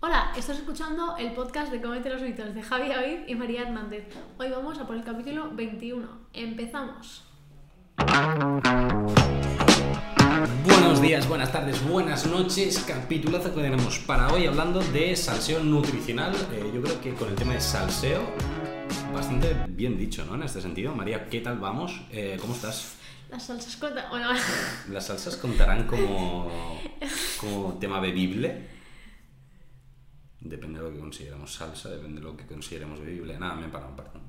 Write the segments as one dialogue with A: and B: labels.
A: Hola, estás escuchando el podcast de Comete los mitos de Javi David y María Hernández. Hoy vamos a por el capítulo 21. Empezamos.
B: Buenos días, buenas tardes, buenas noches. Capitulazo que tenemos para hoy hablando de salseo nutricional. Eh, yo creo que con el tema de salseo, bastante bien dicho, ¿no? En este sentido. María, ¿qué tal vamos? Eh, ¿Cómo estás?
A: Las salsas cuentan. Bueno,
B: ¿Las salsas contarán como, como tema bebible? Depende de lo que consideremos salsa, depende de lo que consideremos bebible. Nada, me he parado, perdón.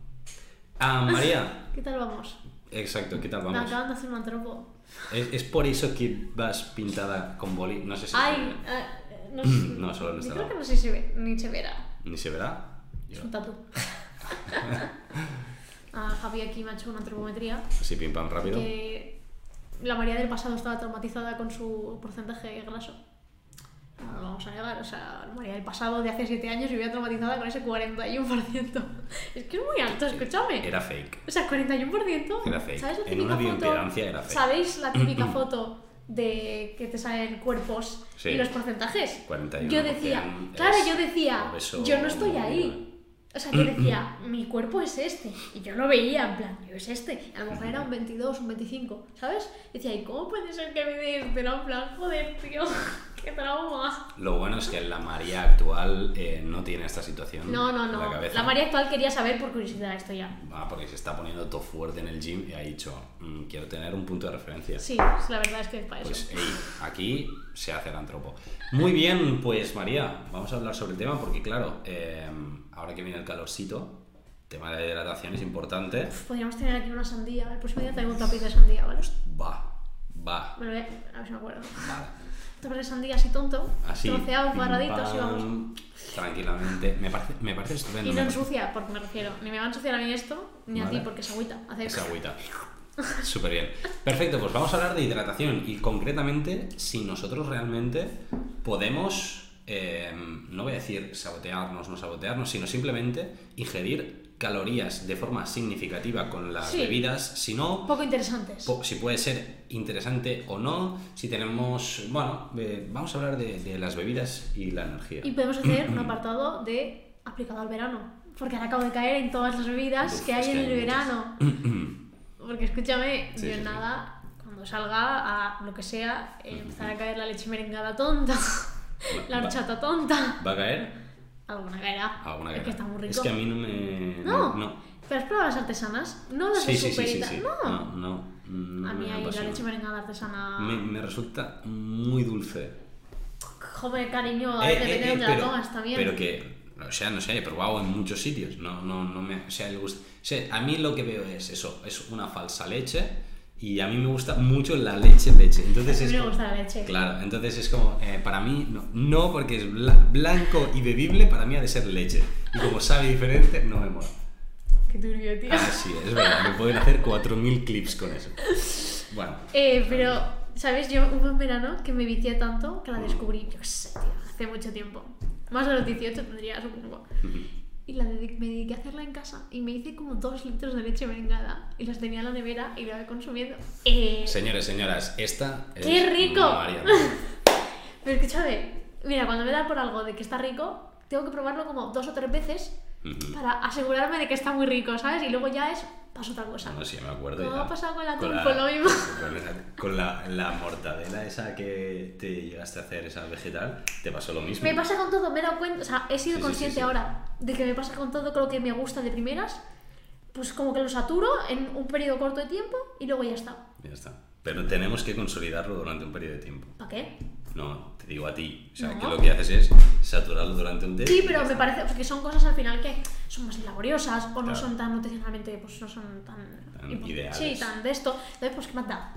B: Ah, María,
A: ¿qué tal vamos?
B: exacto, ¿qué tal
A: Me
B: vamos?
A: acaban de hacer un antropo.
B: Es, es por eso que vas pintada con boli. No sé si.
A: Ay, ah, no, sé-
B: No, solo no
A: yo
B: está
A: creo
B: nada.
A: que no sé si ve, ni se verá.
B: Ni se verá.
A: Es un tatu. Ah, Javi aquí me ha hecho una antropometría.
B: Así pim pam rápido.
A: que la María del pasado estaba traumatizada con su porcentaje graso. No lo vamos a negar, o sea, la María del pasado de hace 7 años vivía traumatizada con ese 41%. Es que es muy alto, escúchame.
B: Era fake.
A: O sea, 41%.
B: Era fake.
A: ¿Sabes la
B: En
A: típica
B: una
A: foto?
B: bioimpedancia era fake.
A: ¿Sabéis la típica foto de que te salen cuerpos
B: Sí.
A: y los porcentajes?
B: 41%
A: Yo decía, claro,
B: es
A: yo decía,
B: obeso
A: yo no estoy
B: mórbidamente.
A: ahí. O
B: Mm,
A: sea, yo decía, mi cuerpo es este. Y yo lo veía, en plan, yo es este. A lo mejor era un 22, un 25, ¿sabes? Y decía, ¿y cómo puede ser que me dé este? Era en plan, joder, tío, qué trauma.
B: Lo bueno es que la María actual eh, no tiene esta situación.
A: No, no,
B: en
A: no.
B: La,
A: La,
B: cabeza.
A: María actual quería saber por curiosidad esto ya.
B: Ah, porque se está poniendo todo fuerte en el gym y ha dicho, "Mm, quiero tener un punto de referencia.
A: Sí, la verdad es que es para eso.
B: Pues ey, aquí se hace el antropo. Muy bien, pues María, vamos a hablar sobre el tema porque claro, eh, ahora que viene el calorcito, el tema de la hidratación es importante.
A: Podríamos tener aquí una sandía. pues El próximo día traigo un tapiz de sandía, ¿vale?
B: Va, va.
A: Bueno, eh, a ver si me acuerdo.
B: Vale. Ah,
A: Tapiz de sandía así tonto.
B: Así.
A: troceados,
B: pim,
A: cuadraditos y
B: pam,
A: vamos.
B: Tranquilamente. Me parece, me parece estupendo.
A: Y no
B: me parece-
A: ensucia, porque me refiero. Ni me va a ensuciar a mí esto, ni a
B: Vale.
A: ti, porque es agüita. Hace...
B: Esa agüita. Súper bien. Perfecto, pues vamos a hablar de hidratación y concretamente si nosotros realmente podemos, eh, no voy a decir sabotearnos, no sabotearnos, sino simplemente ingerir calorías de forma significativa con las
A: Sí. Pues
B: bebidas, si no,
A: Poco interesantes.
B: po- si puede ser interesante o no, si tenemos, bueno, eh, vamos a hablar de, de las bebidas y la energía.
A: Y podemos hacer un apartado de aplicado al verano. Porque ahora acabo de caer en todas las bebidas
B: Uf,
A: que hay
B: es que
A: en
B: hay
A: el verano.
B: muchas.
A: Porque escúchame,
B: Sí,
A: yo
B: sí, sí.
A: nada, cuando salga a lo que sea, eh, empezará a caer la leche merengada tonta, la
B: Va-
A: horchata tonta.
B: ¿Va a caer?
A: Alguna caerá.
B: Alguna
A: Es
B: guerra.
A: que está muy rico.
B: Es que a mí no me.
A: No.
B: no.
A: ¿Pero has probado las artesanas? No las
B: Sí,
A: de
B: sí, sí, sí,
A: superita.
B: sí.
A: No.
B: No, no, no
A: a mí
B: me
A: hay la
B: apasiona.
A: leche merengada artesana.
B: Me, me resulta muy dulce.
A: Joder, cariño, a
B: Eh,
A: ver,
B: eh,
A: depende
B: eh,
A: de dónde la
B: pero,
A: tomas también.
B: Pero que. O sea, no sé, he probado en muchos sitios. No, no, no me. O sea, el gusto. O sea, a mí lo que veo es eso. Es una falsa leche. Y a mí me gusta mucho la leche leche. Entonces
A: A
B: es.
A: mí me
B: como-
A: gusta la leche.
B: Claro, entonces es como, eh, para mí, no, no, porque es bla- blanco y bebible, para mí ha de ser leche. Y como sabe diferente, no me mola.
A: Qué turbio, tío.
B: Ah, sí, es verdad, me pueden hacer 4.000 clips con eso. Bueno,
A: Eh, pero, ¿sabes? Yo hubo un verano que me vicié tanto que la
B: Mm.
A: descubrí, yo qué sé, tío, hace mucho tiempo. Más de los 18 tendría, supongo. Y la dediqué- me dediqué a hacerla en casa y me hice como dos litros de leche merengada y las tenía en la nevera y la iba consumiendo. Eh,
B: señores, señoras, esta es.
A: ¡Qué rico!
B: Mariana.
A: Pero escúchame, mira, cuando me da por algo de que está rico, tengo que probarlo como dos o tres veces
B: Ujú.
A: para asegurarme de que está muy rico, ¿sabes? Y luego ya es, paso otra cosa.
B: No sé, me acuerdo.
A: Como
B: ya.
A: ha pasado con la
B: con
A: trompo, lo mismo.
B: Con, la, con la- la mortadela esa que te llegaste a hacer, esa vegetal, te pasó lo mismo.
A: Me pasa con todo, me he dado cuenta, o sea, he sido
B: Sí, sí,
A: consciente
B: sí, sí.
A: ahora de que me pasa con todo con lo que me gusta de primeras, pues como que lo saturo en un periodo corto de tiempo y luego ya está.
B: Ya está. Pero tenemos que consolidarlo durante un periodo de tiempo.
A: ¿Para qué?
B: Eh, No, te digo a ti. O sea,
A: No.
B: que lo que haces es saturarlo durante un tiempo.
A: Sí, pero me parece porque son cosas al final que son más laboriosas o no
B: Claro.
A: son tan nutricionalmente, pues no son tan,
B: Tan
A: impor-
B: ideales.
A: Sí, tan de esto. Entonces, pues qué más da.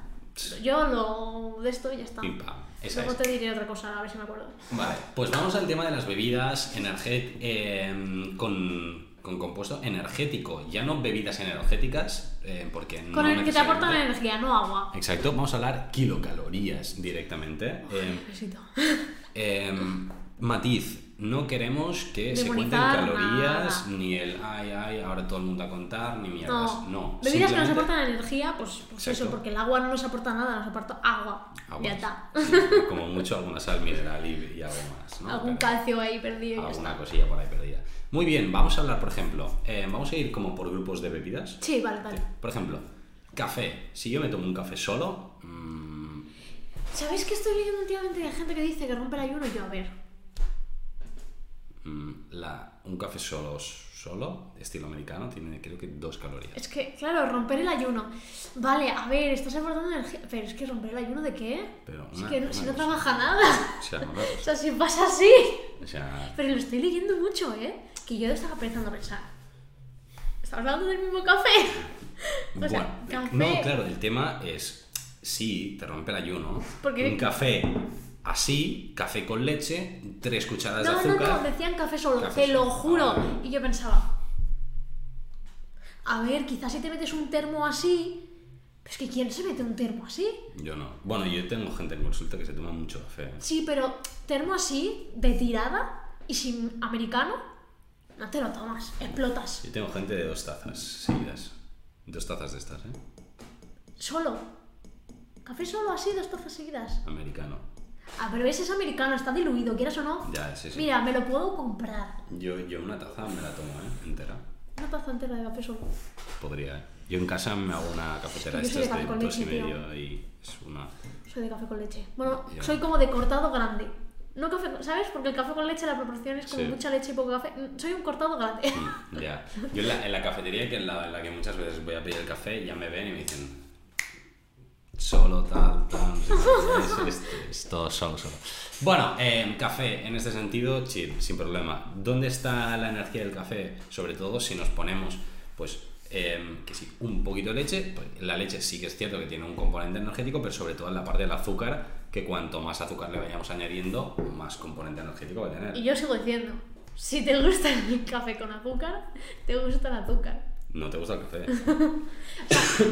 A: Yo lo de esto y ya está.
B: Pim, pam. Esa
A: Luego
B: es.
A: te diré otra cosa, a ver si me acuerdo.
B: Vale, pues vamos al tema de las bebidas energéticas con, con compuesto energético, ya no bebidas energéticas, eh, porque no
A: Con el que te
B: necesariamente-
A: aportan energía, no agua.
B: Exacto, vamos a hablar kilocalorías directamente. Eh,
A: Necesito.
B: eh, matiz, No queremos que se cuenten
A: Demonizar
B: calorías,
A: nada.
B: ni el ay, ay, ahora todo el mundo a contar, ni mierdas.
A: No,
B: No.
A: bebidas que nos
B: simplemente-
A: aportan energía, pues, pues eso,
B: Exacto.
A: porque el agua no nos aporta nada, nos aporta agua.
B: Aguas.
A: Ya está.
B: Ah, Sí, Como mucho alguna sal mineral y, y algo más. ¿no?
A: Algún
B: Pero-
A: calcio ahí perdido. y ya
B: alguna
A: está.
B: cosilla por ahí perdida. Muy bien, vamos a hablar, por ejemplo, eh, vamos a ir como por grupos de bebidas.
A: Sí, vale, vale.
B: Por ejemplo, café. Si yo me tomo un café solo, mm,
A: ¿Sabéis que estoy leyendo últimamente de gente que dice que rompe el ayuno? Yo, a ver.
B: mm, la- un café solo, solo, estilo americano, tiene creo que dos calorías.
A: Es que, claro, romper el ayuno. Vale, a ver, estás aportando energía. Pero es que romper el ayuno de qué?
B: Pero
A: es
B: una-
A: que no-
B: una
A: si no
B: cosa.
A: trabaja nada.
B: O sea, no,
A: O sea, si pasa así.
B: o sea,
A: Pero lo estoy leyendo mucho, ¿eh? Que yo estaba pensando a pensar. ¿Estamos hablando del mismo café? O sea,
B: bueno,
A: café.
B: no, claro, el tema es, sí, te rompe el ayuno,
A: Porque-
B: un café así, café con leche, tres cucharadas de
A: No, no,
B: azúcar.
A: no, decían café solo,
B: Café
A: te lo
B: solo.
A: juro.
B: Ah.
A: Y yo pensaba, a ver, quizás si te metes un termo así, pero es que ¿quién se mete un termo así?
B: Yo no. Bueno, yo tengo gente en consulta que se toma mucho café.
A: Sí, pero termo así, de tirada y sin americano, no te lo tomas, explotas.
B: Yo tengo gente de dos tazas seguidas. Dos tazas de estas, ¿eh?
A: Solo. Café solo así, dos tazas seguidas.
B: Americano.
A: Ah, pero ese es americano, está diluido, quieras o no.
B: Ya, sí, sí.
A: Mira, me lo puedo comprar.
B: Yo, yo una taza me la tomo, ¿eh? Entera.
A: Una taza entera de café solo.
B: Podría, ¿eh? Yo en casa me hago una cafetera
A: Es que yo soy
B: estas
A: de café
B: de
A: con
B: dos y
A: leche, tío.
B: medio y es una...
A: Soy de café con leche. Bueno,
B: Ya.
A: soy como de cortado grande. No café, con- ¿sabes? Porque el café con leche la proporción es como
B: Sí.
A: mucha leche y poco café. Mm, Soy un cortado grande.
B: Ya. Yo en la, en la cafetería, que en la, en la que muchas veces voy a pedir el café, ya me ven y me dicen... Solo, tal, tal... no sé qué". Es, es- es todo solo, solo. Bueno, eh, café, en este sentido, chill, sin problema. ¿Dónde está la energía del café? Sobre todo si nos ponemos, pues... eh, que sí, un poquito de leche, pues, la leche sí que es cierto que tiene un componente energético, pero sobre todo en la parte del azúcar, que cuanto más azúcar le vayamos añadiendo, más componente energético va a tener.
A: Y yo sigo diciendo, si te gusta el café con azúcar, te gusta el azúcar.
B: No te gusta el café.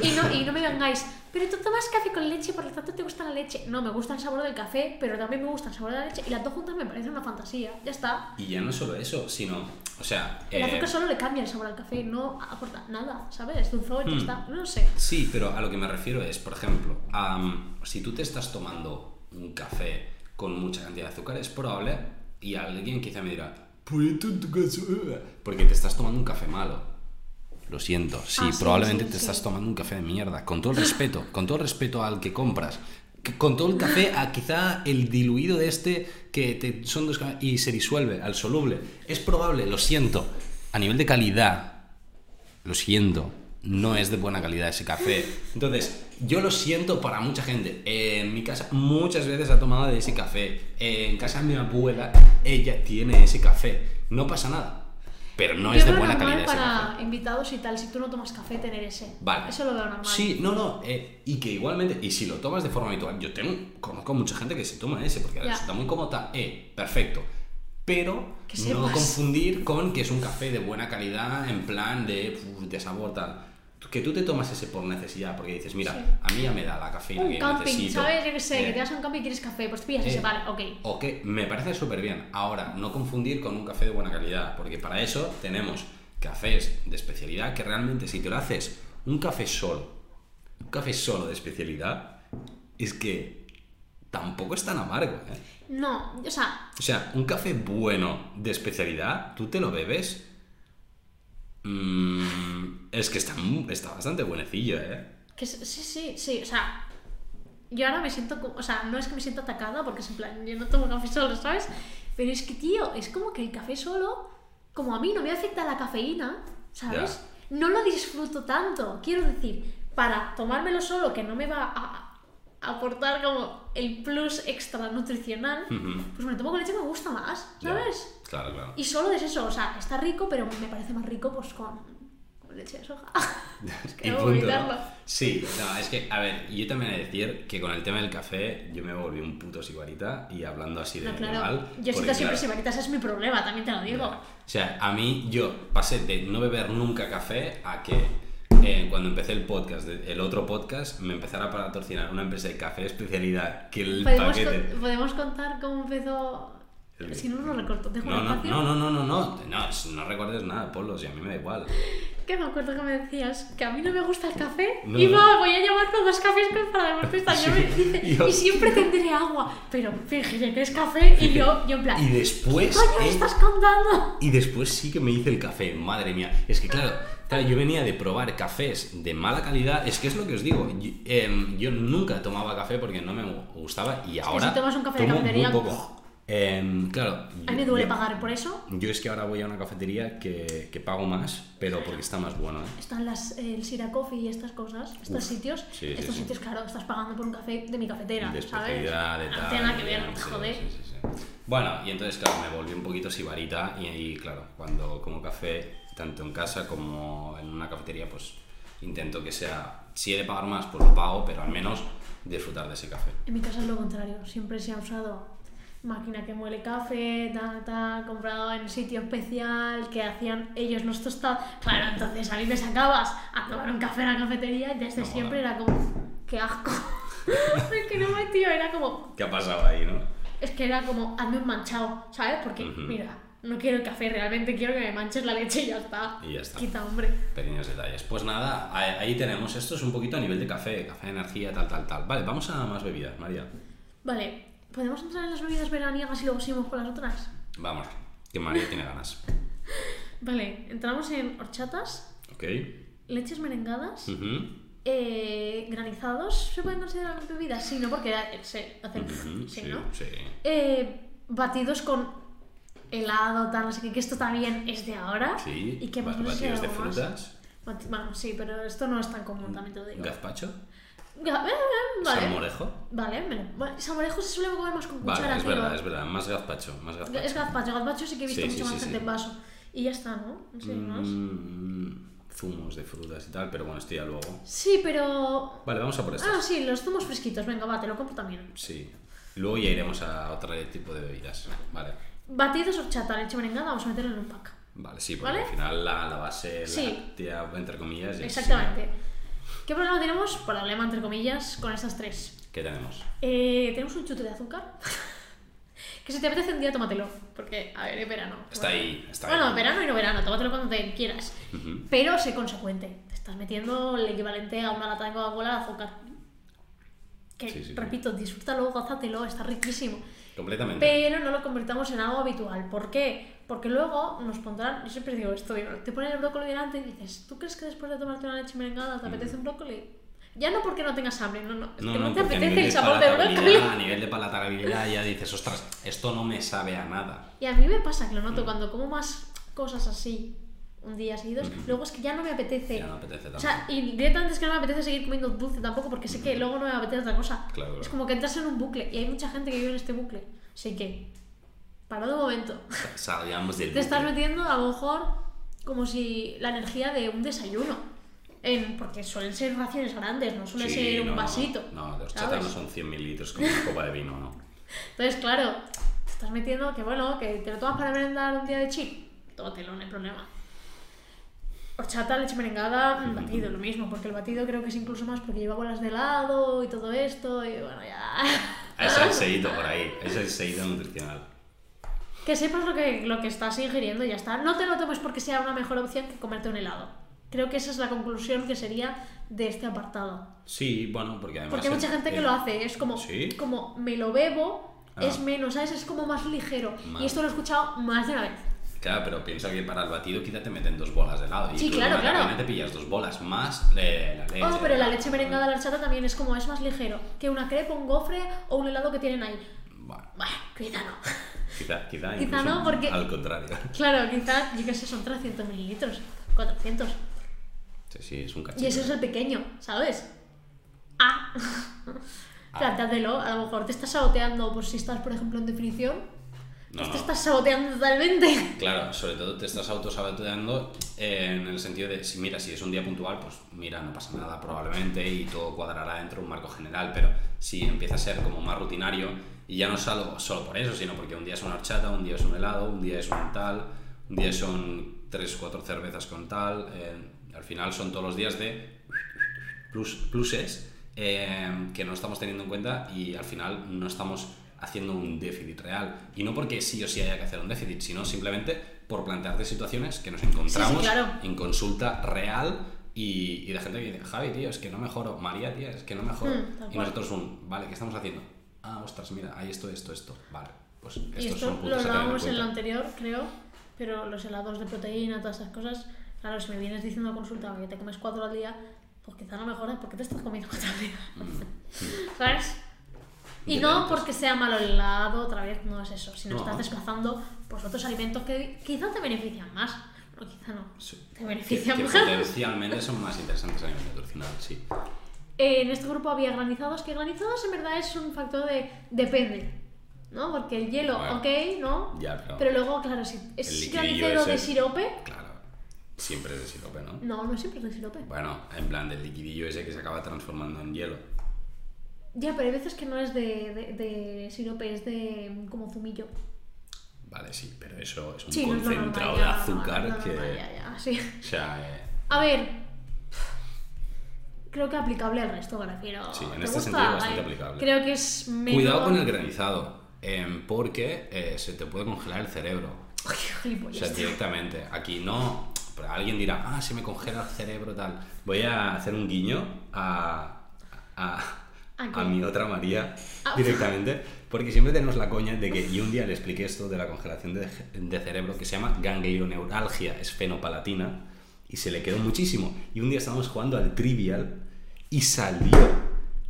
A: Y no, y no me vengáis, pero tú tomas café con leche, por lo tanto te gusta la leche. No, me gusta el sabor del café, pero también me gusta el sabor de la leche. Y las dos juntas me parecen una fantasía. Ya está.
B: Y ya no solo eso, sino, o sea...
A: El
B: eh,
A: azúcar solo le cambia el sabor al café, no aporta nada, ¿sabes? Dulzor, ya
B: Hmm.
A: está. No sé.
B: Sí, pero a lo que me refiero es, por ejemplo, am, si tú te estás tomando un café con mucha cantidad de azúcar, es probable, y alguien quizá me dirá, "Pues tú en tu caso, eh", porque te estás tomando un café malo. Lo siento, sí,
A: Ah, sí,
B: probablemente
A: sí,
B: te
A: sí.
B: estás tomando un café de mierda, con todo el respeto, con todo el respeto al que compras, que- con todo el café, a quizá el diluido de este que te, son dos ca- y se disuelve al soluble. Es probable, lo siento, a nivel de calidad, lo siento, no es de buena calidad ese café. Entonces, yo lo siento para mucha gente. Eh, en mi casa muchas veces ha tomado de ese café. Eh, en casa de mi abuela, ella tiene ese café. No pasa nada. Pero no
A: Yo
B: es de
A: veo
B: buena
A: normal
B: calidad ese
A: para
B: café.
A: invitados y tal, si tú no tomas café, tener ese.
B: Vale.
A: Eso lo veo normal.
B: Sí, no, no. eh, y que igualmente, y si lo tomas de forma habitual, yo tengo, conozco mucha gente que se toma ese porque
A: Ya.
B: resulta muy cómodo. ta- Eh, perfecto. Pero
A: Que
B: no
A: sepas.
B: confundir con que es un café de buena calidad, en plan de, uf, de sabor tal. Que tú te tomas ese por necesidad, porque dices, mira,
A: Sí.
B: a mí ya me da la cafeína
A: Un
B: que
A: camping,
B: necesito.
A: ¿sabes? Yo qué sé,
B: Eh,
A: que te vas a un camping y quieres café, pues te pillas ese,
B: eh,
A: vale, ok.
B: Ok, me parece súper bien. Ahora, no confundir con un café de buena calidad, porque para eso tenemos cafés de especialidad que realmente si te lo haces un café solo, un café solo de especialidad, es que tampoco es tan amargo. ¿eh?
A: No, o sea,
B: O sea, un café bueno de especialidad, tú te lo bebes. mm, es que está, mu- está bastante buenecillo, ¿eh?
A: que s- sí, sí, sí, o sea, yo ahora me siento, como- o sea, no es que me siento atacada porque es en plan, yo no tomo café solo, ¿sabes? Pero es que, tío, es como que el café solo, como a mí no me afecta la cafeína, ¿sabes? No lo disfruto tanto, quiero decir, para tomármelo solo, que no me va a a aportar como el plus extra nutricional,
B: Ujú.
A: pues me lo tomo con leche y me gusta más,
B: Ya.
A: ¿sabes?
B: Claro, claro.
A: Y solo es eso, o sea, está rico, pero me parece más rico pues con, con leche de soja. es que no puedo
B: punto, ¿no?
A: evitarlo.
B: Sí, no, es que, a ver, yo también he de decir que con el tema del café yo me volví un puto sibarita y hablando así de
A: No, claro.
B: Eh, normal,
A: yo siento
B: porque,
A: siempre
B: claro,
A: sibaritas, es mi problema, también te lo digo.
B: o sea, a mí yo pasé de no beber nunca café a que eh, cuando empecé el podcast, de- el otro podcast, me empezara a patrocinar una empresa de café de especialidad que el
A: ¿Podemos,
B: paquete...
A: con- podemos contar cómo empezó Pero si no, no lo recorto. Dejo
B: No,
A: un
B: no,
A: espacio.
B: no, no, no, no, no, no, es- no recuerdes nada, Polos, y a mí me da igual.
A: Que me acuerdo que me decías que a mí no me gusta el café
B: No,
A: y
B: no.
A: va, voy a llevar dos cafés con- para dar pestañas.
B: Sí, yo-
A: y siempre tendré agua, pero fíjate que es café y yo, yo en plan,
B: Y después,
A: ¡coño, me
B: eh,
A: estás contando!
B: y después sí que me hice el café, madre mía. Es que claro, claro, yo venía de probar cafés de mala calidad, es que es lo que os digo, yo, em, yo nunca tomaba café porque no me gustaba y ahora
A: si tomas un café de
B: tomo
A: cafetería,
B: muy poco. Em, claro,
A: A mí me
B: yo-
A: duele
B: yo-
A: pagar por eso.
B: Yo es que ahora voy a una cafetería que, que pago más, pero porque está más bueno, ¿eh?
A: Están las, el Sira Coffee y estas cosas, estos
B: Uf,
A: sitios.
B: sí, sí,
A: estos
B: sí.
A: sitios, claro, estás pagando por un café de mi cafetera,
B: de
A: ¿sabes?
B: especialidad, de
A: No
B: tal.
A: tiene nada que ver, pues
B: sí,
A: joder.
B: sí, sí, sí. Bueno, y entonces, claro, me volví un poquito sibarita y ahí, claro, cuando como café, tanto en casa como en una cafetería, pues intento que sea, si he de pagar más, pues lo pago, pero al menos disfrutar de ese café.
A: En mi casa es lo contrario, siempre se ha usado máquina que muele café, ta, ta, comprado en sitio especial, que hacían ellos los tostados. Claro, entonces a mí me sacabas a tomar un café en la cafetería y desde
B: No mola.
A: siempre era como, qué asco. es que no me tío, era como,
B: ¿Qué ha pasado ahí, no?
A: es que era como, hazme un manchado, ¿sabes? Porque,
B: Ujú.
A: mira, no quiero el café, realmente quiero que me manches la leche y ya está.
B: Y ya está.
A: Quita, hombre.
B: Pequeños detalles. Pues nada, ahí ahí tenemos. Esto es un poquito a nivel de café, café de energía, tal, tal, tal. Vale, vamos a más bebidas, María.
A: Vale, ¿podemos entrar en las bebidas veraniegas y luego seguimos con las otras?
B: Vamos, que María tiene ganas.
A: Vale, entramos en horchatas.
B: ¿Ok?
A: Leches merengadas,
B: Ujú.
A: eh, granizados, ¿se pueden considerar bebidas? Sí, ¿no? Porque da- se hacen...
B: Ujú,
A: sí, ¿no?
B: Sí.
A: Eh, batidos con helado, tal, no sé qué, que esto también es de ahora.
B: Sí,
A: Y que
B: ba-
A: no sé si hay
B: batidos de
A: algo más.
B: frutas,
A: Bati- Bueno, sí, pero esto no es tan común, también te lo digo.
B: gazpacho,
A: Ga- eh, eh, vale.
B: salmorejo.
A: Vale, me lo- bueno, salmorejo se suele comer más con
B: Vale,
A: cuchara,
B: es
A: tío.
B: verdad, es verdad, más gazpacho, más gazpacho.
A: Es gazpacho, gazpacho sí que he visto
B: Sí,
A: mucha
B: sí,
A: más
B: sí,
A: gente
B: sí.
A: en vaso. Y ya está, ¿no? No sé, más.
B: Mm, zumos de frutas y tal, pero bueno, estoy ya luego.
A: Sí, pero...
B: Vale, vamos a por estas.
A: Ah, sí, los zumos fresquitos, venga, va, te lo compro también.
B: Sí. Luego ya iremos a otro tipo de bebidas. Vale.
A: Batidos horchata, leche merengada, vamos a meterlo en un pack.
B: Vale, sí, porque
A: ¿Vale?
B: al final la, la base,
A: Sí.
B: la tía, entre comillas. es-
A: Exactamente. ¿Qué problema tenemos? Problema, entre comillas, con estas tres.
B: ¿Qué tenemos?
A: Eh, tenemos un chute de azúcar. que si te apetece un día, tómatelo. Porque, a ver, es verano.
B: Está ahí, está
A: bueno,
B: ahí.
A: verano y no verano, tómatelo cuando te quieras.
B: Ujú.
A: Pero sé consecuente. Te estás metiendo el equivalente a una lata de Coca-Cola de azúcar. Que,
B: Sí, sí, sí.
A: repito, disfrútalo, gázatelo, está riquísimo.
B: Completamente.
A: Pero no lo convertamos en algo habitual. ¿Por qué? Porque luego nos pondrán, yo siempre digo esto, digo, te ponen el brócoli delante y dices, ¿tú crees que después de tomarte una leche merengada te apetece un brócoli? Ya no porque no tengas hambre, no, no, es que no, te
B: Mm. porque a
A: apetece
B: nivel
A: el sabor de brócoli.
B: palatabilidad- A nivel de palatabilidad ya dices, ostras, esto no me sabe a nada.
A: Y a mí me pasa que lo
B: Mm.
A: noto cuando como más cosas así, un día seguidos, luego es que ya no me apetece.
B: Mm. Ya no apetece tanto.
A: O sea, y directamente es que no me apetece seguir comiendo dulce tampoco porque sé que luego no me apetece otra cosa.
B: Claro, Mm. claro.
A: Es como que entras en un bucle y hay mucha gente que vive en este bucle. Así que, parado un momento.
B: salgamos del
A: Te estás
B: bucle.
A: metiendo a lo mejor como si la energía de un desayuno. En, porque suelen ser raciones grandes, no suele
B: Sí,
A: ser un
B: no, no,
A: vasito.
B: No, no, de horchata
A: ¿sabes?
B: no son 100 mililitros como una copa de vino, ¿no?
A: Entonces, claro, te estás metiendo que bueno, que te lo tomas para merendar un día de chill. Tómatelo, no hay problema. Horchata, leche merengada, mm, batido, lo mismo, porque el batido creo que es incluso más porque lleva bolas de helado y todo esto, y bueno, ya.
B: Es el seguido por ahí, es el seguido nutricional.
A: Que sepas lo que, lo que estás ingiriendo y ya está. No te lo tomes porque sea una mejor opción que comerte un helado. Creo que esa es la conclusión que sería de este apartado.
B: Sí, bueno, porque además...
A: Porque hay mucha
B: el-
A: gente que
B: el-
A: lo hace, es como,
B: ¿Sí?
A: como me lo bebo,
B: Ah.
A: es menos, ¿sabes? Es como más ligero.
B: Vale.
A: Y esto lo he escuchado más de una vez.
B: Claro, pero piensa que para el batido quizá te meten dos bolas de helado. Y
A: Sí,
B: tú
A: claro,
B: en la
A: claro.
B: cafeína te pillas dos bolas más de la leche.
A: Oh, pero la leche merengada, la horchata también es como, es más ligero que una crepa, un gofre o un helado que tienen ahí.
B: Bueno,
A: Bueno, quizá no.
B: quizá, quizá,
A: Quizá
B: incluso
A: no, porque-
B: Al contrario.
A: Claro, quizá, yo qué sé, son 300 mililitros, 400.
B: Sí, sí, es un cachito.
A: Y ese es el pequeño, ¿sabes? Ah.
B: Ah.
A: Plántatelo, a lo mejor te estás saboteando por si estás, por ejemplo, en definición.
B: No,
A: pues
B: no.
A: te estás saboteando totalmente.
B: Claro, sobre todo te estás autosaboteando eh, en el sentido de, si mira, si es un día puntual, pues mira, no pasa nada probablemente y todo cuadrará dentro de un marco general, pero si empieza a ser como más rutinario y ya no solo, solo por eso, sino porque un día es una horchata, un día es un helado, un día es un tal, un día son tres, cuatro cervezas con tal, eh, al final son todos los días de plus, pluses eh, que no estamos teniendo en cuenta y al final no estamos haciendo un déficit real. Y no porque sí o sí haya que hacer un déficit, sino simplemente por plantearte situaciones que nos encontramos
A: Sí, sí, claro.
B: en consulta real y, y de gente que dice, Javi, tío, es que no mejoro, María, tía, es que no mejoro.
A: Mm, tal
B: y
A: cual.
B: nosotros un, vale, ¿qué estamos haciendo? Ah, ostras, mira, hay esto, esto, esto. Vale, pues estos
A: y esto
B: son
A: lo
B: puntos a tener en
A: hablábamos en
B: cuenta.
A: lo anterior, creo, pero los helados de proteína, todas esas cosas, claro, si me vienes diciendo a consulta que te comes cuatro al día, pues quizá no mejoras porque te estás comiendo cuatro al día,
B: Mm.
A: ¿sabes? Y no
B: Diferentes.
A: porque sea malo el helado, otra vez no es eso, sino
B: No.
A: estás desplazando pues otros alimentos que quizá te benefician más, o quizá no,
B: Sí.
A: te
B: Que,
A: benefician
B: que
A: más.
B: potencialmente son más interesantes a nivel nutricional, sí.
A: Eh, en este grupo había granizados, que granizados en verdad es un factor de depende, ¿no? Porque el hielo,
B: Bueno,
A: ok, ¿no?
B: ya, pero-
A: luego, claro, si es
B: liquidillo
A: granizado
B: ese.
A: de sirope,
B: Claro, siempre es de sirope, ¿no?
A: no, no siempre es de sirope.
B: Bueno, en plan del liquidillo ese que se acaba transformando en hielo.
A: Ya, pero hay veces que no es de, de, de sirope, es de mm, como zumillo.
B: Vale, sí, pero eso es un
A: Sí, no es lo normal,
B: concentrado de
A: ya,
B: azúcar
A: no, no, no,
B: que...
A: no, ya, ya, sí.
B: O sea, eh,
A: A ver, creo que aplicable al resto, me refiero.
B: Sí, en
A: ¿Te
B: este
A: gusta?
B: sentido bastante
A: Ay,
B: aplicable.
A: Creo que es menos...
B: cuidado con el granizado, em, porque eh, se te puede congelar el cerebro.
A: Ay,
B: O
A: gilipollas.
B: sea, directamente. Aquí no. Pero alguien dirá, ah, se me congela el cerebro, tal. Voy a hacer un guiño a. a.
A: ¿A
B: a
A: qué?
B: mi otra María
A: Ah.
B: directamente. Porque siempre tenemos la coña de que. Y un día le expliqué esto de la congelación de, de cerebro que se llama ganglioneuralgia esfenopalatina. Y se le quedó muchísimo. Y un día estábamos jugando al trivial y salió.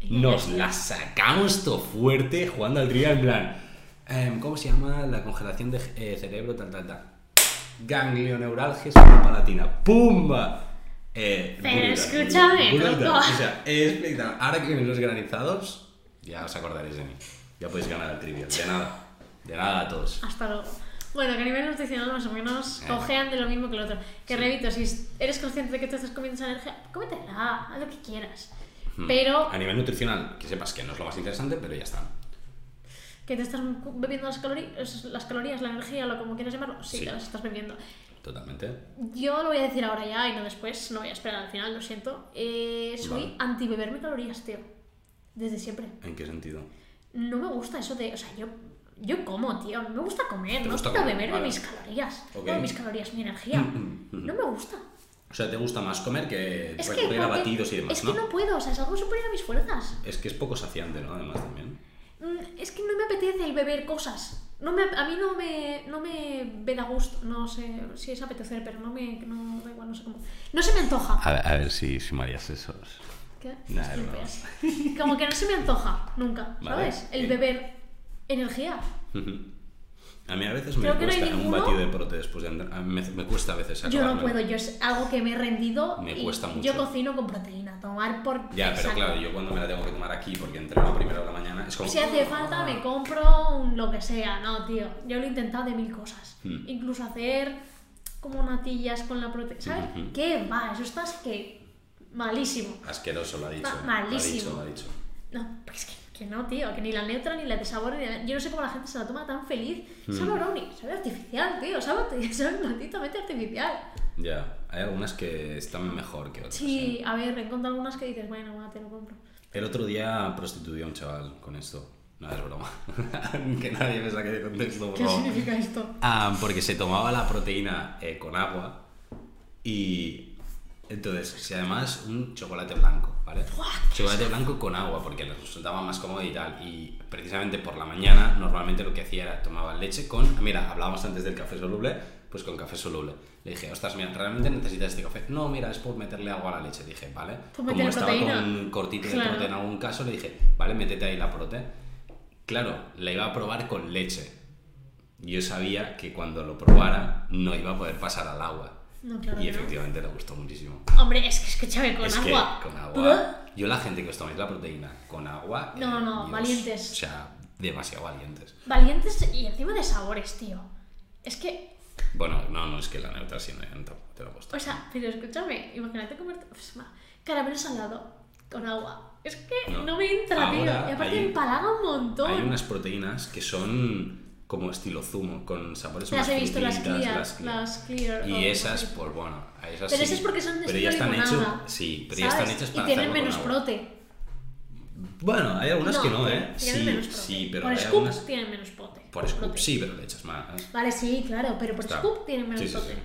B: Nos la sacamos todo fuerte jugando al trivial en plan. em, ¿Cómo se llama la congelación de eh, cerebro? Tal, tal, tal. Ganglioneuralgia palatina. ¡Pumba! Eh,
A: Pero escúchame,
B: brutal.
A: loco.
B: O sea, espectacular. Ahora que vienen los granizados, ya os acordaréis de mí. Ya podéis ganar el trivial. De nada. De nada a todos.
A: Hasta luego. Bueno, que a nivel nutricional más o menos
B: Eh.
A: cojean de lo mismo que el otro. Que repito, si es- eres consciente de que te estás comiendo esa energía, cómetela, haz lo que quieras.
B: Hmm.
A: Pero
B: Mm. A nivel nutricional, que sepas que no es lo más interesante, pero ya está.
A: que te estás cu- bebiendo las calorías, las calorías, la energía, lo como quieras llamarlo, sí,
B: Sí.
A: te las estás bebiendo.
B: Totalmente.
A: Yo lo voy a decir ahora ya y no después, no voy a esperar al final, lo siento. Eh, soy
B: Vale.
A: anti beberme calorías, tío. Desde siempre.
B: ¿En qué sentido?
A: No me gusta eso de. O sea, yo, yo como, tío. No me gusta comer.
B: ¿Te
A: No
B: gusta
A: quiero
B: comer?
A: beberme
B: Vale.
A: mis calorías.
B: Ok.
A: No, mis calorías, mi energía. no me gusta.
B: O sea, ¿te gusta más comer que
A: Es que.
B: recurrir a
A: porque-
B: batidos y demás,
A: es que no puedo. O sea, es algo superior a mis fuerzas.
B: Es que es poco saciante, ¿no? Además también.
A: Mm, Es que no me apetece el beber cosas. No me, a mí no me, no me ven a gusto. No sé si es apetecer, pero no me. No, da igual, no sé cómo. No se me antoja.
B: A ver, si, si Marías esos.
A: ¿Qué?
B: Ah, Nah,
A: Es
B: es
A: que
B: broma.
A: feas. Como que no se me antoja nunca,
B: Vale.
A: ¿sabes? El
B: Sí.
A: beber energía.
B: A mí a veces me
A: Creo que no hay
B: cuesta un
A: ninguno.
B: batido de prote después de andar. a mí Me, me cuesta a veces
A: Yo no
B: acabármelo.
A: puedo, yo es algo que me he rendido.
B: Me
A: y
B: cuesta mucho.
A: Yo cocino con proteína, tomar por.
B: Ya, pero
A: saco.
B: claro, yo cuando me la tengo que tomar aquí porque entreno a primera hora de la mañana es como.
A: Si hace falta, me compro un lo que sea, no, tío. Yo lo he intentado de mil cosas.
B: Hmm.
A: Incluso hacer como natillas con la proteína. ¿Sabes?
B: Ujú.
A: ¿Qué va? Eso estás que. malísimo.
B: Asqueroso, lo ha dicho.
A: Ma- malísimo.
B: Lo ha dicho,
A: No, pero es que, que no, tío, que ni la neutra ni la de sabor, ni la- yo no sé cómo la gente se la toma tan feliz.
B: Hmm.
A: Sabe a brownie, sabe artificial, tío, sabe, sabe malditamente artificial.
B: lo ha dicho. Ya, hay algunas que están mejor que otras.
A: Sí, a ver, encuentro algunas que dices, bueno, va, te lo compro.
B: ¿eh? El otro día prostituí a un chaval con esto. No, es broma. que nadie me saque de contexto, por
A: ¿Qué
B: favor.
A: significa esto?
B: Ah, porque se tomaba la proteína eh, con agua y entonces, si además un chocolate blanco, ¿vale? Chocolate blanco con agua porque le resultaba más cómodo y tal. Y precisamente por la mañana normalmente lo que hacía era tomaba leche con, ah, mira, hablábamos antes del café soluble, pues con café soluble. Le dije, ostras, mira, ¿realmente necesitas este café? No, mira, es por meterle agua a la leche. Dije, vale.
A: Por
B: Como
A: meterle
B: estaba
A: proteína.
B: con cortito de
A: Claro.
B: proteína en algún caso, le dije, vale, métete ahí la prote. Claro, la iba a probar con leche yo sabía que cuando lo probara no iba a poder pasar al agua.
A: No, claro
B: y
A: que no.
B: efectivamente le gustó muchísimo.
A: Hombre, es que escúchame, con
B: es
A: agua.
B: que con agua. Yo la gente que os tomáis la proteína con agua. eh,
A: No, no, valientes.
B: O sea, demasiado valientes.
A: Valientes y encima de sabores, tío. Es que,
B: Bueno, no, no es que la neutra sí no tampoco te lo gusta.
A: o sea, pero escúchame, imagínate comerte pues, ma, caramelo salado con agua. Es que
B: No.
A: no, me entra, tío. Y
B: Ahora
A: aparte
B: hay-
A: me empalaga un montón.
B: Hay unas proteínas que son como estilo zumo, con sabores
A: Las
B: más
A: he visto, las
B: frutitas,
A: clear,
B: las clear.
A: las clear,
B: Y
A: o-
B: esas, pues bueno, a esas
A: Pero
B: sí.
A: esas porque son de
B: Pero ya
A: estilo
B: están hechas.
A: limonada,
B: Sí, pues, pero ya
A: ¿sabes?
B: están hechas para
A: Y tienen
B: hacerlo con
A: menos
B: agua.
A: prote.
B: Bueno, hay algunas que no, ¿eh?
A: tienen
B: Sí,
A: menos prote.
B: sí, pero
A: por
B: hay
A: Scoop
B: algunas...
A: tienen menos pote.
B: Por Scoop
A: prote.
B: sí, pero le echas más.
A: Vale, sí, claro, pero por
B: Está.
A: Scoop tienen menos
B: Sí, sí,
A: pote.
B: sí.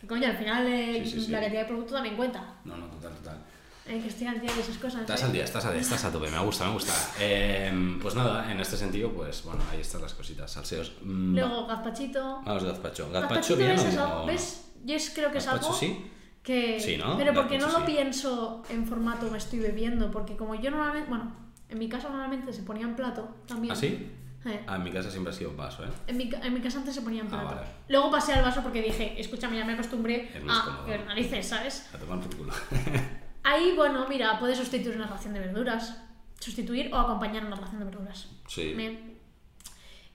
A: Que coño, al final eh,
B: Sí, sí, sí.
A: la cantidad de producto también cuenta.
B: No, no, total, total.
A: Eh, que estoy al día de esas cosas.
B: Estás
A: eh.
B: al día, estás al día, estás a tope, me gusta, me gusta. Eh, pues nada, en este sentido, pues bueno, ahí están las cositas, salseos. Mm,
A: Luego gazpachito.
B: Vamos, gazpacho.
A: Gazpachito
B: Gazpacho bien
A: ¿ves?
B: o
A: Es
B: no?
A: algo- ¿Ves? Yo es- creo que es
B: Gazpacho
A: algo
B: sí.
A: que...
B: Sí, ¿no?
A: Pero porque no
B: Gazpacho
A: lo
B: sí.
A: pienso en formato me estoy bebiendo, porque como yo normalmente... Bueno, en mi casa normalmente se ponía en plato también.
B: ¿Ah, sí?
A: Eh,
B: Ah, en mi casa siempre ha sido vaso, ¿eh?
A: En mi, ca- en mi casa antes se ponía en
B: Ah,
A: plato.
B: vale.
A: Luego pasé al vaso porque dije, escúchame, ya me acostumbré
B: Es más
A: a
B: cómodo.
A: ver narices, ¿sabes?
B: A tomar por culo.
A: Ahí, bueno, mira, puedes sustituir una ración de verduras. Sustituir o acompañar una ración de verduras.
B: Sí.
A: Bien.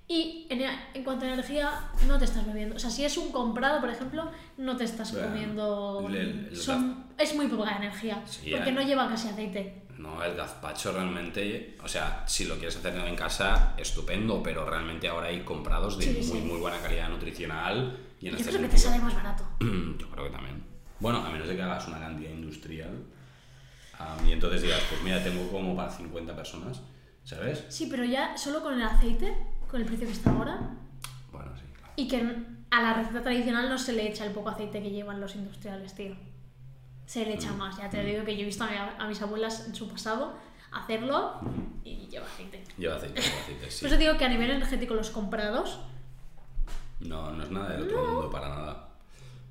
A: Y en, e- en cuanto a energía, no te estás bebiendo. O sea, si es un comprado, por ejemplo, no te estás
B: Bueno,
A: comiendo.
B: el- el
A: son- es muy poca energía.
B: Sí,
A: porque
B: hay-
A: no lleva casi aceite.
B: No, el gazpacho realmente, o sea, si lo quieres hacer en casa, estupendo, pero realmente ahora hay comprados de
A: Sí,
B: muy,
A: sí.
B: muy buena calidad nutricional y en
A: Yo
B: este
A: creo que te
B: sentido-
A: sale más barato.
B: Yo creo que también. Bueno, a menos de que hagas una cantidad industrial ah, y entonces digas, pues mira, tengo como para 50 personas, ¿sabes?
A: Sí, pero ya solo con el aceite, con el precio que está ahora,
B: Bueno, sí, claro.
A: y que n- a la receta tradicional no se le echa el poco aceite que llevan los industriales, tío. Se le
B: Mm,
A: echa más. Ya te digo que yo he visto a, mi ab- a mis abuelas en su pasado hacerlo y lleva aceite.
B: Lleva aceite, lleva aceite, sí.
A: Por eso digo que a nivel energético los comprados
B: No, no es nada del otro mundo para nada.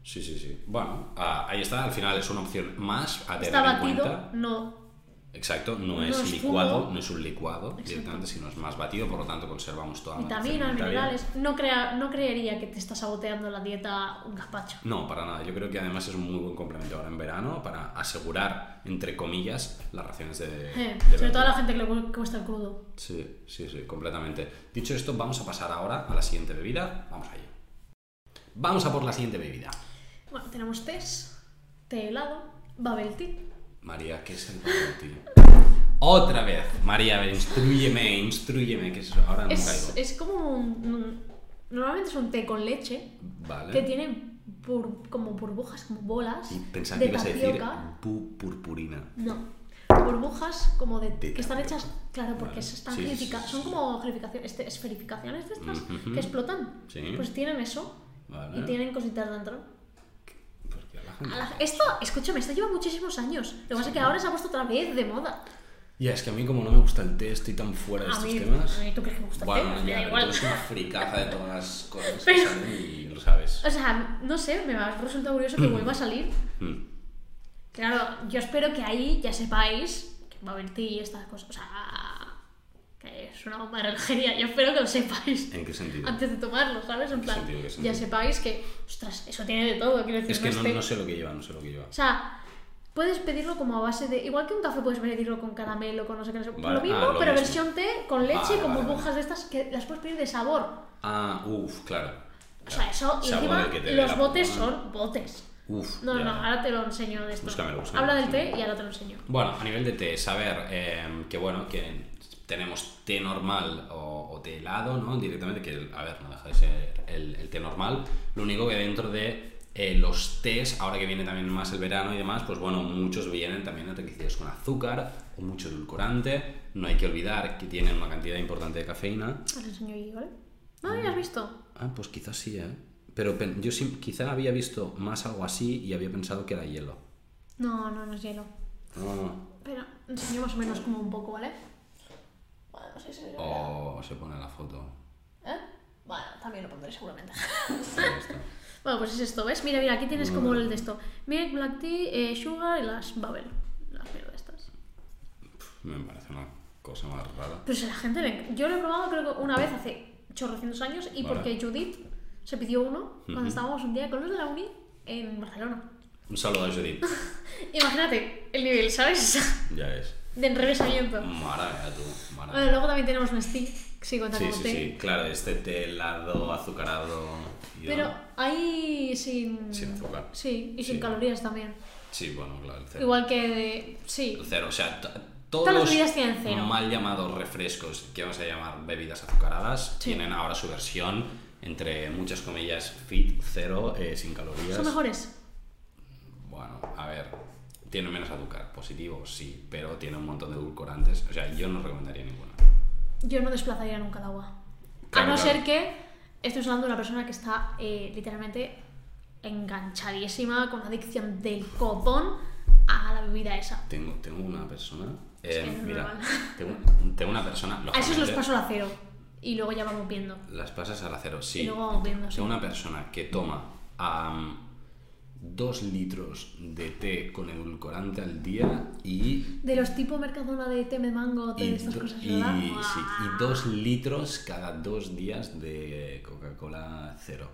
B: Sí, sí, sí. Bueno, ah, ahí está, al final es una opción más a tener
A: está
B: en
A: batido,
B: cuenta.
A: no.
B: Exacto, no,
A: No
B: es
A: es
B: licuado,
A: jugo.
B: no es un licuado
A: Exacto.
B: directamente, sino es más batido, por lo tanto conservamos toda la
A: Vitaminas,
B: materia femenina.
A: minerales. No, crea, no creería que te está saboteando la dieta un gazpacho.
B: No, para nada. Yo creo que además es un muy buen complemento ahora en verano para asegurar, entre comillas, las raciones de.
A: Eh,
B: de
A: sobre todo a
B: verdura.
A: la gente que le cu- cuesta el crudo.
B: Sí, sí, sí, completamente. Dicho esto, vamos a pasar ahora a la siguiente bebida. Vamos a ello. Vamos a por la siguiente bebida.
A: Bueno, tenemos tés, té helado, bubble tea.
B: María, ¿qué es el bubble tea? Otra vez, María, a ver, instruyeme, instruyeme, ¿qué es eso? Ahora no
A: Es,
B: caigo.
A: es como un, un- Normalmente es un té con leche
B: Vale.
A: que tiene bur- como burbujas, como bolas
B: Eh. Y pensaba
A: de
B: que ibas a decir
A: tapioca.
B: pu- purpurina.
A: No. Burbujas como de.
B: De
A: que están
B: tapioca.
A: hechas. Claro, porque
B: Vale.
A: están
B: Sí, sí,
A: gelifica-
B: sí,
A: Son
B: sí.
A: como gelificaciones, este- esferificaciones de estas
B: Ujú.
A: que explotan.
B: Sí.
A: Pues tienen eso.
B: Vale.
A: Y tienen cositas dentro.
B: Pues que a la gente-
A: A la- Esto, escúchame, esto lleva muchísimos años. Lo que pasa es que ahora se ha puesto otra vez de moda.
B: Ya, es que a mí como no me gusta el té, estoy tan fuera de
A: A
B: estos
A: mí,
B: temas.
A: a mí, ¿tú crees que me gusta el té?
B: Bueno,
A: ¿eh? Me
B: ya,
A: da
B: pero
A: igual.
B: tú eres una fricaza de todas las cosas que
A: Pero-
B: salen y lo sabes.
A: O sea, no sé, me va- resulta curioso que vuelva a salir.
B: Mm.
A: Claro, yo espero que ahí ya sepáis que va a haber ti y estas cosas. O sea, que es una bomba de energía. Yo espero que lo sepáis
B: ¿En qué sentido?
A: antes de tomarlo, ¿sabes? En
B: ¿Qué
A: plan,
B: sentido, qué sentido?
A: ya sepáis que, ostras, eso tiene de ¿eh? todo. Quiero decir,
B: Es que no,
A: esté-
B: no sé lo que lleva, no sé lo que lleva.
A: O sea, puedes pedirlo como a base de. Igual que un café puedes pedirlo con caramelo, con no sé qué, no sé-
B: Vale,
A: Lo mismo,
B: ah, lo
A: pero
B: mismo.
A: versión té, con leche,
B: Vale,
A: con
B: vale,
A: burbujas de estas que las puedes pedir de sabor.
B: Ah, uff, claro.
A: O sea, eso. Y
B: Sabor
A: encima,
B: del que te dé
A: los
B: la
A: botes
B: puta madre.
A: son botes.
B: Uf,
A: No, no,
B: ya,
A: no,
B: ya.
A: ahora te lo enseño de esto.
B: Búscamelo, búscamelo,
A: Habla del
B: búscamelo.
A: té y ahora te lo enseño.
B: Bueno, a nivel de té, saber eh, que bueno, que tenemos té normal o, o té helado, ¿no? Directamente, que a ver, no deja de ser el, el té normal. Lo único que dentro de eh, los tés, ahora que viene también más el verano y demás, pues bueno, muchos vienen también enriquecidos con azúcar o mucho edulcorante. No hay que olvidar que tienen una cantidad importante de cafeína.
A: Os lo enseño yo, ¿vale? No, ya has visto.
B: Ah, pues quizás sí, ¿eh? Pero pen- yo sí- quizá había visto más algo así y había pensado que era hielo.
A: No, no, no es hielo.
B: No, no, no.
A: Pero enseño más o menos como un poco, ¿vale? Bueno, no sé si se verá.
B: Oh, se pone la foto.
A: ¿Eh? Bueno, también lo pondré seguramente.
B: Ahí está.
A: bueno, pues es esto, ¿ves? Mira, mira, aquí tienes como el de esto. Milk, black tea, eh, sugar y las bubble. Las mierdas estas.
B: Me parece una cosa más rara.
A: Pero si a la gente le... enc- Yo lo he probado creo que una vez hace 800 años y
B: Vale.
A: porque Judith se pidió uno cuando
B: Ujú.
A: estábamos un día con los de la uni en Barcelona.
B: Un saludo a Judith.
A: Imagínate el nivel, ¿sabes?
B: ya ves.
A: De enrevesamiento.
B: Maravilla tú.
A: Bueno,
B: Maravilla.
A: luego también tenemos Nestí, que sí cuenta
B: Sí,
A: como
B: sí,
A: té.
B: sí. Claro, este té helado, azucarado. y
A: Pero mm,
B: demás.
A: ahí sin...
B: Sin azúcar.
A: Sí, y sin
B: Sí.
A: calorías también.
B: Sí, bueno, claro, el cero.
A: Igual que de... Sí.
B: El cero, o sea, to-
A: las
B: todos
A: bebidas tienen cero.
B: mal llamados refrescos que vamos a llamar bebidas azucaradas
A: Sí.
B: tienen ahora su versión entre muchas comillas fit, cero, eh, sin calorías.
A: Son mejores.
B: Bueno, a ver. Tiene menos azúcar, positivo, sí, pero tiene un montón de edulcorantes. O sea, yo no recomendaría ninguna.
A: Yo no desplazaría nunca el agua.
B: Claro,
A: a no
B: claro.
A: ser que estoy hablando de una persona que está eh, literalmente enganchadísima con una adicción del copón a la bebida esa.
B: Tengo, tengo una persona.
A: Es
B: eh,
A: que es
B: mira,
A: normal.
B: tengo, tengo una persona.
A: A esos los
B: lógicamente,
A: paso al acero. Y luego ya vamos viendo.
B: Las pasas al acero, sí.
A: Y luego vamos viendo. sí.
B: Tengo una persona que toma am, dos litros de té con edulcorante al día y.
A: De los tipo mercadona de té de mango, té
B: y
A: de estas
B: do-
A: cosas,
B: y-
A: ¿verdad?
B: sí,
A: Buah.
B: y dos litros cada dos días de Coca-Cola cero.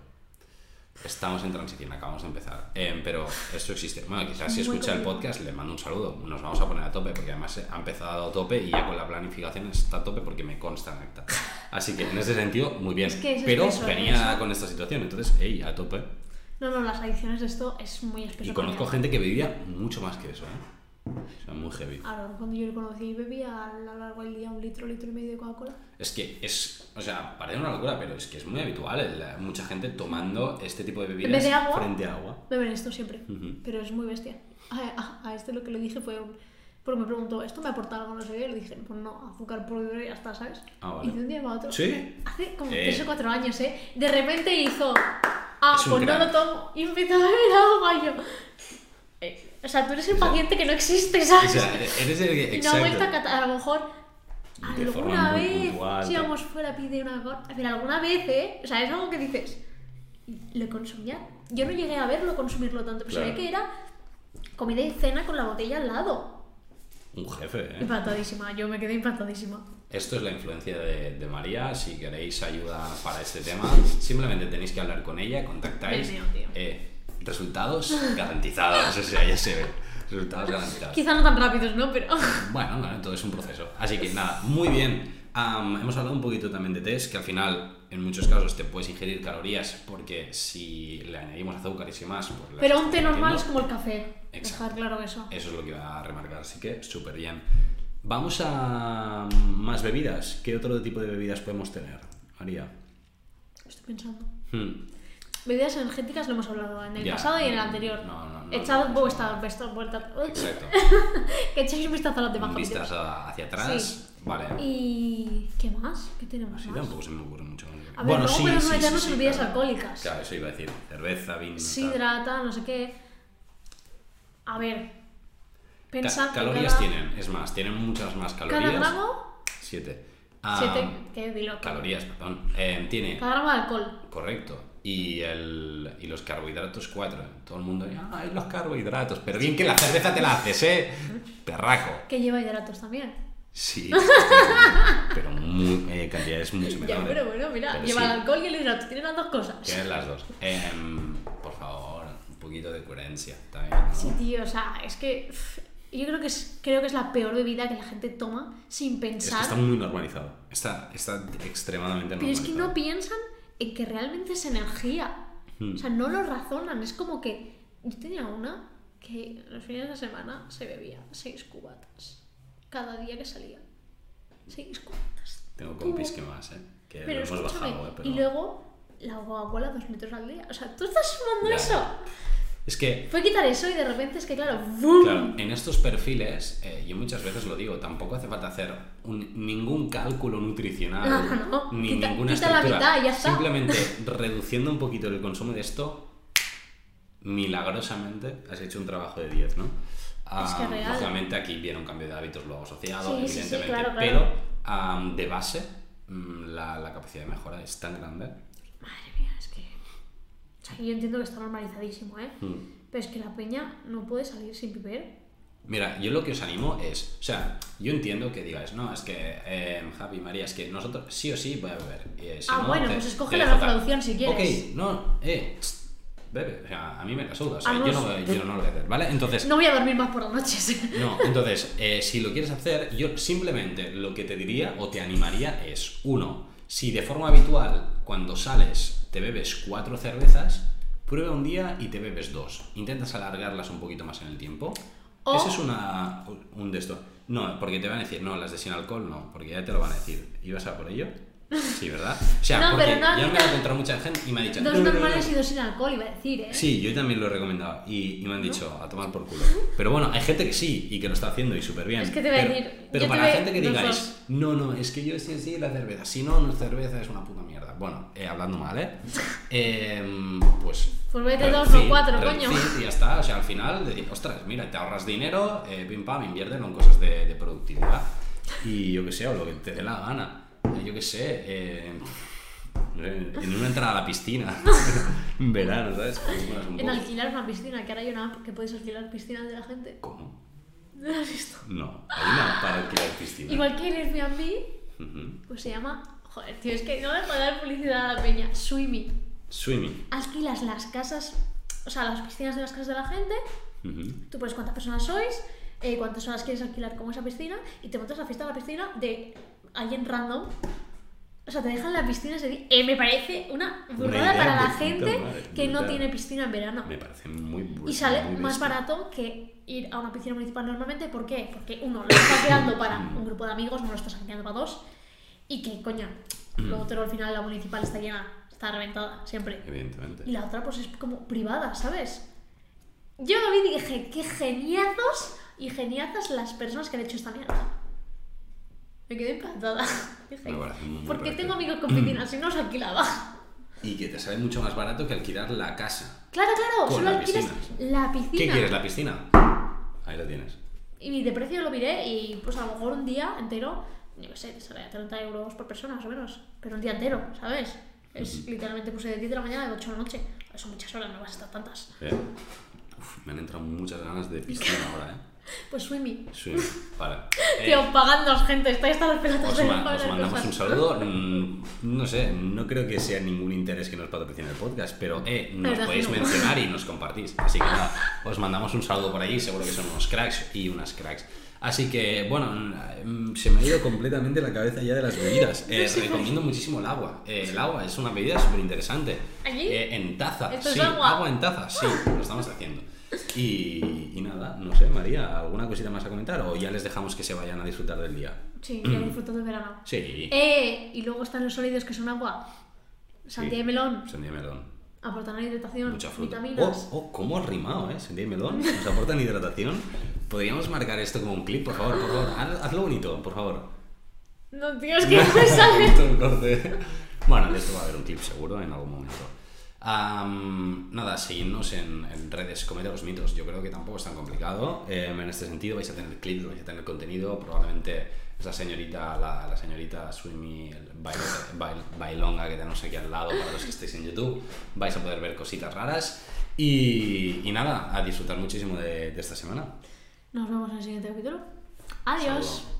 B: Estamos en transición, acabamos de empezar. Em, pero esto existe. Bueno, quizás si
A: Muy
B: escucha el
A: complicado.
B: podcast le mando un saludo. Nos vamos a poner a tope porque además ha empezado a tope y ya con la planificación está a tope porque me consta. Neta. Así que en ese sentido, muy bien.
A: Es que es
B: pero
A: espeso,
B: venía
A: eso.
B: con esta situación, entonces, hey, a tope.
A: No, no, las adicciones de esto es muy espeso.
B: Y conozco
A: también.
B: gente que bebía mucho más que eso, ¿eh? O sea, muy heavy.
A: Ahora, cuando yo lo conocí, bebía a lo largo del día un litro, litro y medio de Coca-Cola.
B: Es que es, o sea, parece una locura, pero es que es muy habitual el- eh, mucha gente tomando este tipo de bebidas
A: ¿En vez de agua?
B: frente a agua.
A: Beben esto siempre,
B: Ujú.
A: pero es muy bestia. A, a- a este lo que le dije fue un... Porque me preguntó, ¿esto me aporta algo? No sé qué. Y le dije, pues no, azúcar puro y ya está, ¿sabes?
B: Ah, vale.
A: Y de un día para otro.
B: ¿Sí?
A: Hace como
B: Eh.
A: 3 o 4 años, ¿eh? De repente hizo, ah,
B: Es un
A: pues no lo
B: crack.
A: tomo. Y empezó a beber agua y yo. eh, o sea, tú eres el
B: O sea,
A: paciente que no existe,
B: O
A: ¿sabes?
B: sea, eres el que-
A: Y Ah, no ha vuelto a
B: exacto.
A: catar, a lo mejor
B: De forma
A: alguna
B: muy
A: vez
B: puntual,
A: si
B: tal.
A: íbamos fuera pide una cosa, pero alguna vez, ¿eh? O sea, es algo que dices, lo consumía. Yo no llegué a verlo consumirlo tanto, pero
B: Claro.
A: sabía que era comida y cena con la botella al lado.
B: Un jefe, ¿eh?
A: Impactadísima, yo me quedé impactadísima.
B: Esto es la influencia de, de María. Si queréis ayuda para este tema, simplemente tenéis que hablar con ella, contactáis.
A: Ven, tío.
B: Eh, resultados garantizados, o sea, ya se ve. Resultados garantizados.
A: Quizá no tan rápidos, ¿no? Pero
B: Bueno, no, todo es un proceso. Así que nada, muy bien. Am, hemos hablado un poquito también de test, que al final en muchos casos te puedes ingerir calorías porque si le añadimos azúcares y más... Pues las
A: pero un té
B: estamos
A: normal es
B: metiendo.
A: como el café.
B: Exacto. Eh.
A: Dejar claro eso.
B: Eso es lo que iba a remarcar, así que súper bien. Vamos a mm, más bebidas. ¿Qué otro tipo de bebidas podemos tener, María?
A: Estoy pensando.
B: Hmm,
A: Bebidas energéticas lo hemos hablado en el
B: Ya.
A: pasado y en el anterior.
B: No, no, no,
A: Echad
B: no, no.
A: vuestra- vuestra vuelta-
B: Exacto.
A: Que echéis un vistazo a las demás.
B: Vistas a- hacia atrás. Vale.
A: ¿Y qué más? ¿Qué tenemos
B: Así
A: más?
B: tampoco se me ocurre mucho.
A: A ver, luego podemos meternos en bebidas
B: claro.
A: alcohólicas.
B: Claro, eso iba a decir. Cerveza, vino... tal.
A: Sidrata, no sé qué. A ver. Pensad
B: Ca-
A: que
B: calorías
A: cada-
B: tienen, es más, tienen muchas más calorías.
A: Cada gramo,
B: 7.
A: siete, que dilo.
B: Calorías, perdón. Eh, tiene,
A: Cada gramo de alcohol.
B: correcto. Y, el, y los carbohidratos, 4. Todo el mundo, ay, los carbohidratos. Pero bien que la cerveza te la haces, ¿eh? Perraco.
A: Que lleva hidratos también.
B: Sí, pero muy, eh, cantidades mucho menores.
A: Ya, pero bueno, mira,
B: Pero
A: lleva
B: sí.
A: el alcohol y el hidrato. Tienen las dos cosas.
B: Tienes las dos. Em, por favor, un poquito de coherencia también. ¿no?
A: Sí, tío, o sea, es que. pff, Yo creo que es, creo que es la peor bebida que la gente toma sin
B: Es
A: pensar.
B: que está muy normalizado. Está, está extremadamente normalizado. Mm.
A: Pero es que no piensan en que realmente es energía. O sea, no lo razonan. Es como que. Yo tenía una que los fines de semana se bebía seis cubatas. Cada día que salía. Seis cubatas.
B: Tengo compis que más, ¿eh? Que
A: Pero
B: lo hemos
A: escúchame.
B: bajado, ¿eh? Pero...
A: Y luego la Coca-Cola dos litros al día. O sea, tú estás sumando
B: Ya.
A: eso.
B: Es que,
A: Fue quitar eso y de repente es que, claro, ¡boom!
B: claro, en estos perfiles, eh, yo muchas veces lo digo, tampoco hace falta hacer un- ningún cálculo nutricional,
A: No, Ah, no,
B: ni
A: quita-
B: ninguna
A: quita la
B: estructura.
A: mitad y ya está.
B: Simplemente reduciendo un poquito el consumo de esto, milagrosamente has hecho un trabajo de 10, ¿no?
A: Es que
B: Ah,
A: real.
B: Lógicamente aquí viene un cambio de hábitos luego asociado,
A: Sí, sí, sí,
B: evidentemente,
A: claro, claro.
B: pero ah, de base mm, la, la capacidad de mejora es tan grande.
A: Madre mía, es que. O sea, yo entiendo que está normalizadísimo, ¿eh?
B: Mm.
A: Pero es que la peña no puede salir sin beber.
B: Mira, yo lo que os animo es, o sea, yo entiendo que digáis, no, es que, eh, Javi, María, es que nosotros sí o sí voy a beber. eh, si
A: Ah,
B: no,
A: bueno,
B: te-
A: pues escoge
B: te
A: la
B: dejo tal".
A: reproducción si quieres.
B: Ok, no, eh, tss, bebe, o sea, a mí me la suda, o sea,
A: Ah, no,
B: yo, no,
A: sí.
B: voy- yo no lo voy a hacer, ¿vale? Entonces,
A: No voy a dormir más por las noches.
B: no, entonces, eh, si lo quieres hacer, yo simplemente lo que te diría o te animaría es, uno, si de forma habitual cuando sales te bebes cuatro cervezas, prueba un día y te bebes dos. Intentas alargarlas un poquito más en el tiempo.
A: O-
B: Ese es una, un de esto. No, porque te van a decir, no, las de sin alcohol no, porque ya te lo van a decir. ¿Ibas a por ello? Sí, ¿verdad? O sea,
A: No,
B: porque
A: pero no,
B: yo me he
A: mira,
B: encontrado mucha gente y me ha dicho...
A: Dos
B: "No, no, no,
A: normales
B: no".
A: y dos sin alcohol, iba a decir, ¿eh?
B: Sí, yo también lo he recomendado y, y me han dicho a tomar por culo. Pero bueno, hay gente que sí y que lo está haciendo y súper bien.
A: Es que te iba a
B: pero,
A: decir,
B: Pero
A: yo
B: para la
A: tuve
B: gente que
A: dos
B: digáis, no, no, es que yo sí, sí, la cerveza. Si no, no es cerveza, es una puta mierda. Bueno, eh, hablando mal, ¿eh? Em, pues.
A: Pues vete
B: red
A: dos o
B: fit,
A: cuatro,
B: red
A: coño.
B: fit Y ya está, o sea, al final, decir, ostras, mira, te ahorras dinero, eh, pim pam, inviértelo en cosas de, de productividad. Y yo qué sé, o lo que te dé la gana. Yo qué sé, eh, en una entrada a la piscina. en verano, ¿sabes? Como, bueno, es un
A: En
B: poco-
A: alquilar una piscina, que ahora hay una app que puedes alquilar piscinas de la gente.
B: ¿Cómo?
A: ¿No lo has visto?
B: No, hay una para alquilar piscina.
A: Igual que el Airbnb,
B: Ujú.
A: pues se llama. Joder, tío, es que no me a dar publicidad a la peña. Swimmy.
B: Swimming.
A: Alquilas las casas, o sea, las piscinas de las casas de la gente.
B: Ujú.
A: Tú pones cuántas personas sois, eh, cuántas horas quieres alquilar como esa piscina y te montas la fiesta en la piscina de alguien random. O sea, te dejan la piscina ese día. Eh, me parece una burrada
B: idea
A: para
B: de
A: la
B: puta
A: gente
B: madre,
A: que no
B: brutal.
A: tiene piscina en verano.
B: Me parece Pues muy bueno.
A: Y sale más barato que ir a una piscina municipal normalmente. ¿Por qué? Porque uno, lo estás alquilando para
B: Mm.
A: un grupo de amigos, no lo estás alquilando para dos. Y que, coño,
B: Mm.
A: luego pero al final la municipal está llena, está reventada, siempre.
B: Eh.
A: Y
B: Evidentemente.
A: la otra pues es como privada, ¿sabes? Yo lo vi y dije, qué geniazos y geniazas las personas que han hecho esta mierda. Me quedé encantada. Dije,
B: Me parece muy
A: ¿por qué
B: parecido".
A: tengo amigos con piscinas si no os alquilaba?
B: Y que te sale mucho más barato que alquilar la casa.
A: Claro, claro,
B: Con
A: solo
B: la
A: alquilas la piscina.
B: ¿Qué quieres, la piscina? Ahí lo tienes.
A: Y de precio lo miré y pues a lo mejor un día entero, yo qué sé, te sale a 30 euros por persona más o menos, pero un día entero, ¿sabes? Es literalmente puse de 10 de la mañana a 8 de la noche. Son muchas horas, no vas a estar tantas.
B: Eh, Uf, me han entrado muchas ganas de piscina ahora, ¿eh?
A: Pues Swimmy.
B: Swimming. Vale. Eh,
A: Tío, pagándonos, gente, estáis hasta las pelotas
B: os,
A: de
B: ma-
A: pagar
B: os mandamos
A: cosas.
B: un saludo. Mm, No sé, no creo que sea ningún interés que nos patrocine el podcast, pero eh,
A: La
B: nos
A: verdad
B: podéis
A: que no.
B: mencionar y nos compartís. Así que nada, os mandamos un saludo por ahí. Seguro que son unos cracks y unas cracks. Así que, bueno, mm, se me ha ido completamente la cabeza ya de las bebidas. Eh,
A: No sé por
B: recomiendo muchísimo el agua. Eh, el agua es una bebida súper interesante.
A: ¿Allí?
B: en taza.
A: ¿Esto es
B: sí,
A: agua?
B: en taza, sí, lo estamos haciendo. Y, y nada, no sé, María, ¿alguna cosita más a comentar? ¿O ya les dejamos que se vayan a disfrutar del día?
A: Sí, ya disfruto del verano.
B: Sí.
A: Eh, y luego están los sólidos que son agua, sandía
B: Sí.
A: y melón,
B: Sandía y melón.
A: aportan hidratación,
B: Mucha fruta.
A: vitaminas.
B: Oh, oh, cómo ha rimado, ¿eh? Sandía y melón. Nos aportan hidratación. Podríamos marcar esto como un clip, por favor, por favor. Haz- Hazlo bonito, por favor.
A: No, tío, es que no me sale.
B: Esto es un corte. Bueno, de esto va a haber un clip seguro en algún momento. Am, nada, seguidnos en, en redes Comedia los Mitos. Yo creo que tampoco es tan complicado. Em, en este sentido, vais a tener clips, vais a tener contenido. Probablemente esa señorita, la, la señorita Swimmy el baile- bail- Bailonga que tenemos aquí al lado para los que estéis en YouTube, vais a poder ver cositas raras. Y, y nada, a disfrutar muchísimo de, de esta semana.
A: Nos vemos en el siguiente capítulo. Adiós.
B: Saludo.